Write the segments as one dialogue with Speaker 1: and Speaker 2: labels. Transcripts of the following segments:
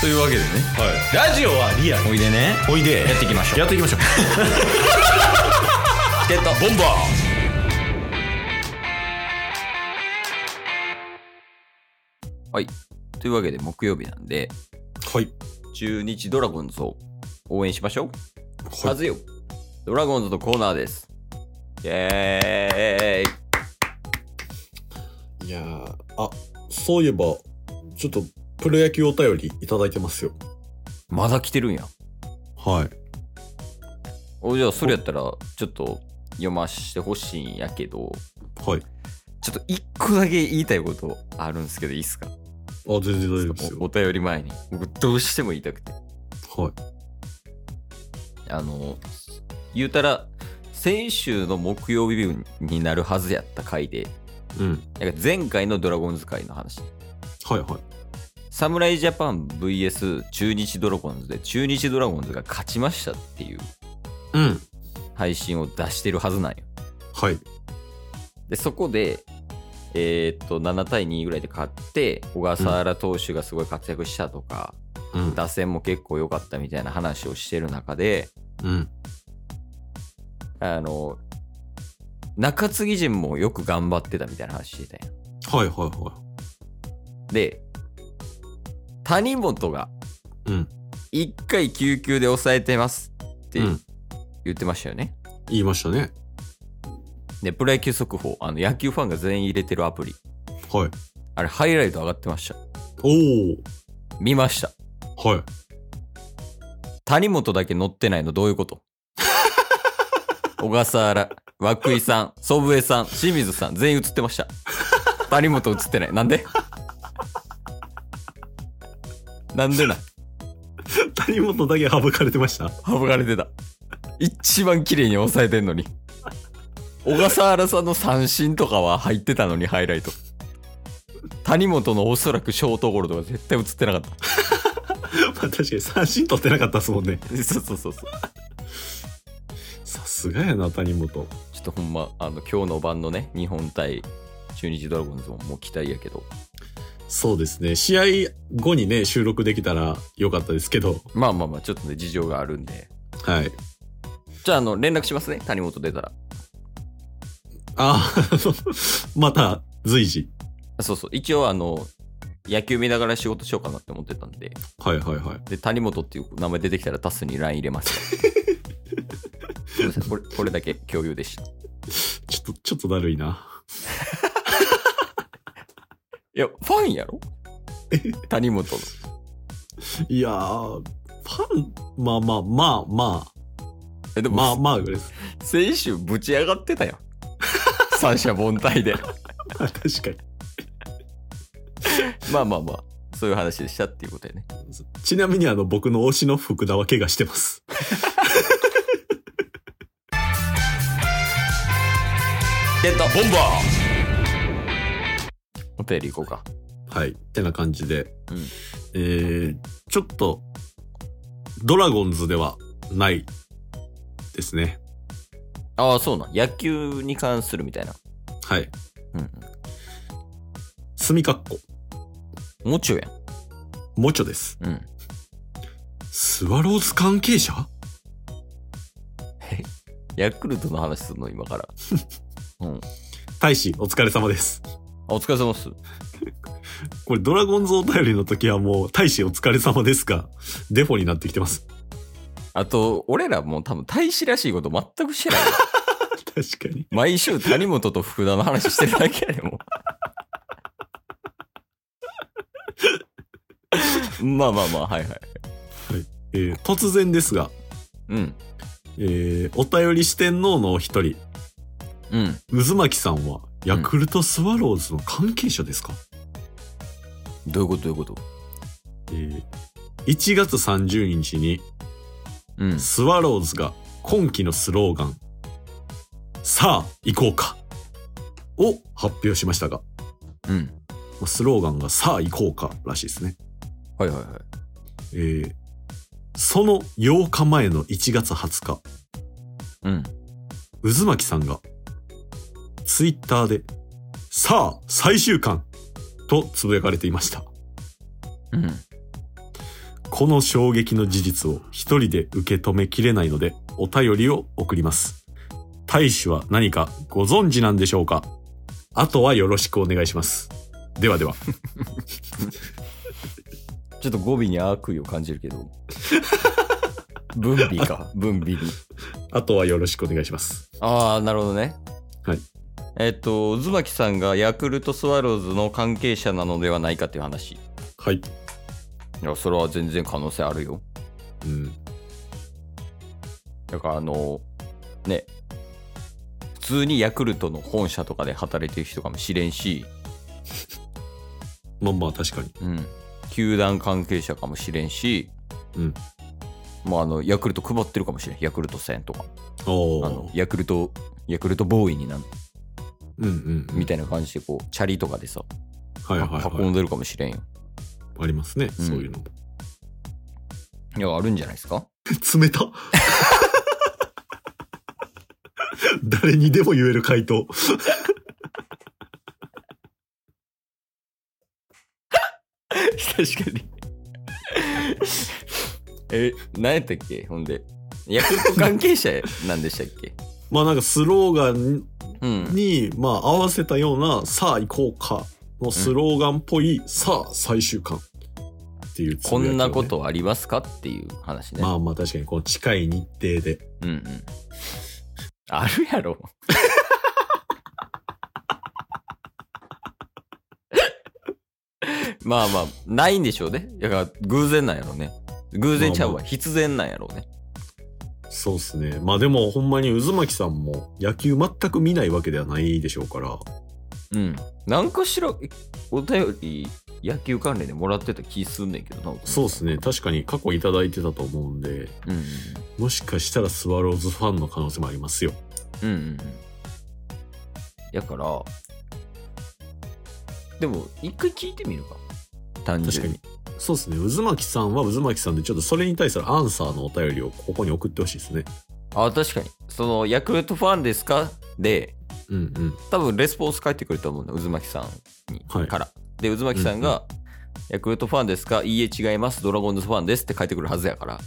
Speaker 1: というわけでね
Speaker 2: ラジオはリアル
Speaker 1: おいでね
Speaker 2: おいで
Speaker 1: やっていきましょう
Speaker 2: やっていきましょう
Speaker 1: チケットボンバーはいというわけで木曜日なんで
Speaker 2: はい
Speaker 1: 中日ドラゴンズを応援しましょうは
Speaker 2: はい
Speaker 1: ずよドラゴンズのコーナーですイエーイ
Speaker 2: いやーあそういえばちょっとプロ野球お便りいただいてますよ
Speaker 1: まだ来てるんや
Speaker 2: はい
Speaker 1: おじゃあそれやったらちょっと読ましてほしいんやけど
Speaker 2: はい
Speaker 1: ちょっと一個だけ言いたいことあるんですけどいいっすか
Speaker 2: あ全然大丈夫です
Speaker 1: おお
Speaker 2: よ
Speaker 1: 便り前に僕どうしても言いたくて
Speaker 2: はい
Speaker 1: あの言うたら先週の木曜日分になるはずやった回で
Speaker 2: うん
Speaker 1: なんか前回のドラゴンズ回の話
Speaker 2: はいはい
Speaker 1: 侍ジャパン VS 中日ドラゴンズで中日ドラゴンズが勝ちましたっていう
Speaker 2: うん
Speaker 1: 配信を出してるはずなんよ
Speaker 2: はい
Speaker 1: でそこでえーっと7対2ぐらいで勝って小笠原投手がすごい活躍したとか、
Speaker 2: うん
Speaker 1: 打線も結構良かったみたいな話をしてる中で
Speaker 2: うん
Speaker 1: あの中継ぎ陣もよく頑張ってたみたいな話してたやん
Speaker 2: はいはいは
Speaker 1: で谷本が
Speaker 2: いうん
Speaker 1: 1回救急で抑えてますって
Speaker 2: うん
Speaker 1: 言ってましたよね、
Speaker 2: 言いましたね
Speaker 1: でプロ野球速報あの野球ファンが全員入れてるアプリ
Speaker 2: はい
Speaker 1: あれハイライト上がってました
Speaker 2: お
Speaker 1: 見ました
Speaker 2: おはい
Speaker 1: 谷本だけ乗ってないのどういうこと 小笠原涌井さん祖父江さん清水さん全員映ってました谷本映ってないなんで なんでなん
Speaker 2: 谷本だけ省かれてました
Speaker 1: 省かれてた一番綺麗に抑えてんのに小笠原さんの三振とかは入ってたのにハイライト谷本のおそらくショートゴロとか絶対映ってなかった
Speaker 2: まあ確かに三振取ってなかったですもんね
Speaker 1: そうそうそうそう
Speaker 2: さすがやな谷本
Speaker 1: ちょっとほんまあの今日の晩のね日本対中日ドラゴンズももう期待やけど
Speaker 2: そうですね試合後にね収録できたらよかったですけど
Speaker 1: まあまあまあちょっとね事情があるんで
Speaker 2: はい
Speaker 1: じゃああの連絡しますね谷本出たら
Speaker 2: ああ また随時
Speaker 1: そうそう一応あの野球見ながら仕事しようかなって思ってたんで
Speaker 2: はいはいはい
Speaker 1: で谷本っていう名前出てきたらタスに LINE 入れます すいませんこれこれだけ共有でしたい
Speaker 2: ちょっとちょっとだるいな
Speaker 1: やファンやろ谷本の
Speaker 2: いやーパンまあまあまあま
Speaker 1: えで
Speaker 2: あ
Speaker 1: も、
Speaker 2: まあまあぐらいです
Speaker 1: 先週ぶち上がってたよ 三者凡退で
Speaker 2: 確かに
Speaker 1: まあまあまあそういう話でしたっていうことでね
Speaker 2: ちなみにあの僕の推しの福田は怪我してます
Speaker 1: ゲットボンバーお便り行こうか
Speaker 2: はいってな感じで、
Speaker 1: うん
Speaker 2: えー、ちょっとドラゴンズではないですね
Speaker 1: ああそうなん野球に関するみたいな
Speaker 2: はい
Speaker 1: うん
Speaker 2: 墨かっこ
Speaker 1: うんもちろんや
Speaker 2: もちょです
Speaker 1: んうん
Speaker 2: スワローズ関係者
Speaker 1: ヤクルトの話するの今からうんあ
Speaker 2: 大使お疲れ様です
Speaker 1: お疲れ様です
Speaker 2: これドラゴンズお便りの時はもう大使お疲れ様ですがデフォになってきてます
Speaker 1: あと、俺らもう多分大使らしいこと全くしてないよ。
Speaker 2: 確かに
Speaker 1: 毎週谷本と福田の話してるだけやねもう。まあまあまあ、はいはい。
Speaker 2: えー突然ですが、
Speaker 1: うん。
Speaker 2: えーお便り四天王のお一人
Speaker 1: うん。
Speaker 2: 渦巻さんはヤクルトスワローズの関係者ですか、
Speaker 1: どういうことどういうこと
Speaker 2: えー1月30日に
Speaker 1: うん。
Speaker 2: スワローズが今季のスローガン「さあ行こうか」を発表しましたが
Speaker 1: うん。
Speaker 2: スローガンが「さあ行こうか」らしいですね
Speaker 1: はいはいはい。
Speaker 2: えーその8日前の1月20日、
Speaker 1: うん。
Speaker 2: 渦巻さんが、ツイッターで、さあ、最終巻とつぶやかれていました。
Speaker 1: うん。
Speaker 2: この衝撃の事実を一人で受け止めきれないので、お便りを送ります。大使は何かご存知なんでしょうかあとはよろしくお願いします。ではでは。
Speaker 1: ちょっと語尾に悪意を感じるけど。分尾か、分尾に。
Speaker 2: あとはよろしくお願いします。
Speaker 1: ああ、なるほどね。
Speaker 2: はい。
Speaker 1: えっと、渦巻さんがヤクルトスワローズの関係者なのではないかっていう話。い
Speaker 2: はい。
Speaker 1: や、それは全然可能性あるよ。
Speaker 2: うん。
Speaker 1: だから、あの、ね、普通にヤクルトの本社とかで働いてる人かもしれんし、
Speaker 2: まあまあ確かに。
Speaker 1: うん、球団関係者かもしれんし、
Speaker 2: うん。
Speaker 1: もうあの、ヤクルト配ってるかもしれん。ヤクルト戦とか。
Speaker 2: お
Speaker 1: あの
Speaker 2: お。
Speaker 1: ヤクルト、ヤクルトボーイになる
Speaker 2: うんうんうん。
Speaker 1: みたいな感じで、こう、チャリとかでさ、
Speaker 2: はいはいは
Speaker 1: 運んでるかもしれんよ。
Speaker 2: い。ありますね。
Speaker 1: うん
Speaker 2: そういうのも。
Speaker 1: いや、あるんじゃないですか
Speaker 2: 冷た誰にでも言える回答。
Speaker 1: 確かに。 え、何やったっけほんで。ヤクルト関係者なんでしたっけ
Speaker 2: まあなんかスローガン
Speaker 1: うん。
Speaker 2: に、まあ合わせたような、さあ行こうかのスローガンっぽい、さあ最終巻っていう、
Speaker 1: こんなこ。とありますかっていう話ね。
Speaker 2: まあまあ確かに、こう近い日程で。
Speaker 1: うんうん。あるやろ。 まあまあ、ないんでしょうね。だから、偶然なんやろうね。偶然ちゃうわ。
Speaker 2: まあ
Speaker 1: 必然なんやろうね。
Speaker 2: そうっすね。まあでもほんまに渦巻さんも野球全く見ないわけではないでしょうから。
Speaker 1: うん。なんかしら、えお便り、野球関連でもらってた気すんねんけどな。
Speaker 2: そうっすね。確かに過去いただいてたと思うんで、
Speaker 1: うんうん
Speaker 2: もしかしたらスワローズファンの可能性もありますよ。
Speaker 1: うん。うんうんうん。やから、でも、一回聞いてみるか。単
Speaker 2: 確か
Speaker 1: 純
Speaker 2: に
Speaker 1: に。。
Speaker 2: そうですね。渦巻さんは渦巻さんで、ちょっとそれに対するアンサーのお便りをここに送ってほしいですね。
Speaker 1: あ、確かに。その、ヤクルトファンですかで、
Speaker 2: うんうん。
Speaker 1: 多分レスポンス返ってくると思うの、渦巻さんに、
Speaker 2: はい
Speaker 1: から。で、渦巻さんが、ヤクルトファンですかいいえ、違います。ドラゴンズファンですって返ってくるはずやから。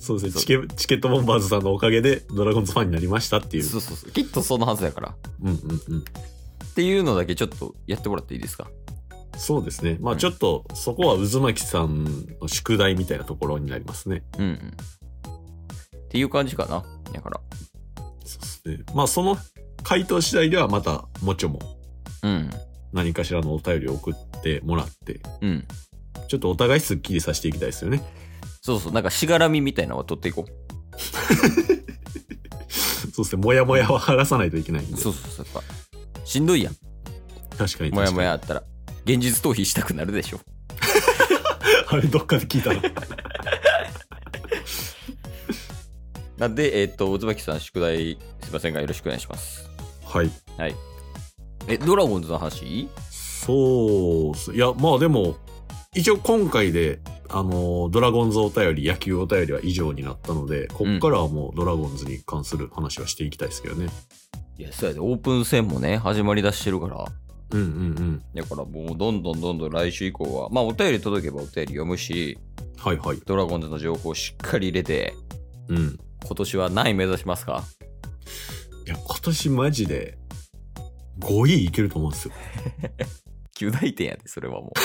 Speaker 2: そうです
Speaker 1: そ
Speaker 2: ね。
Speaker 1: う
Speaker 2: チケチケットボンバーズさんのおかげでドラゴンズファンになりましたっていう。
Speaker 1: そうそうそう。きっとそのはずやから。
Speaker 2: うんうんうん。
Speaker 1: っていうのだけちょっとやってもらっていいですか
Speaker 2: そうですね。ま
Speaker 1: う
Speaker 2: あ
Speaker 1: ん
Speaker 2: ちょっと、そこは渦巻さんの宿題みたいなところになりますね。
Speaker 1: うんうん。っていう感じかな。やから。
Speaker 2: そうですね。まあその回答次第ではまた、もちょも
Speaker 1: うん。
Speaker 2: 何かしらのお便りを送ってもらって、
Speaker 1: うん。
Speaker 2: ちょっとお互いスッキリさせていきたいですよね。
Speaker 1: そうそう。なんかしがらみみたいなのは取っていこう。
Speaker 2: そうですね。もやもやは晴らさないといけないんで。
Speaker 1: そうそうそう。やっぱしんどいやん。
Speaker 2: 確かに確かに。
Speaker 1: もやもやあったら。現実逃避したくなるでしょ。
Speaker 2: あれ、どっかで聞いたの。
Speaker 1: なんで、えっ、と、渦巻さん宿題すいませんがよろしくお願いします。
Speaker 2: はい。
Speaker 1: え、ドラゴンズの話
Speaker 2: そうっす。いや、まあでも、一応今回で、あの、ドラゴンズお便り、野球お便りは以上になったので、こっからはもうドラゴンズに関する話はしていきたいですけどね。
Speaker 1: いや、そうやで、オープン戦もね、始まりだしてるから。
Speaker 2: うんうんうん。
Speaker 1: だからもう、どんどんどんどん来週以降は、まあ、お便り届けばお便り読むし、
Speaker 2: はいはい。
Speaker 1: ドラゴンズの情報をしっかり入れて、
Speaker 2: うん。
Speaker 1: 今年は何位目指しますか
Speaker 2: いや、今年マジで、5位いけると思うんですよ。
Speaker 1: 旧大点やで、それはもう。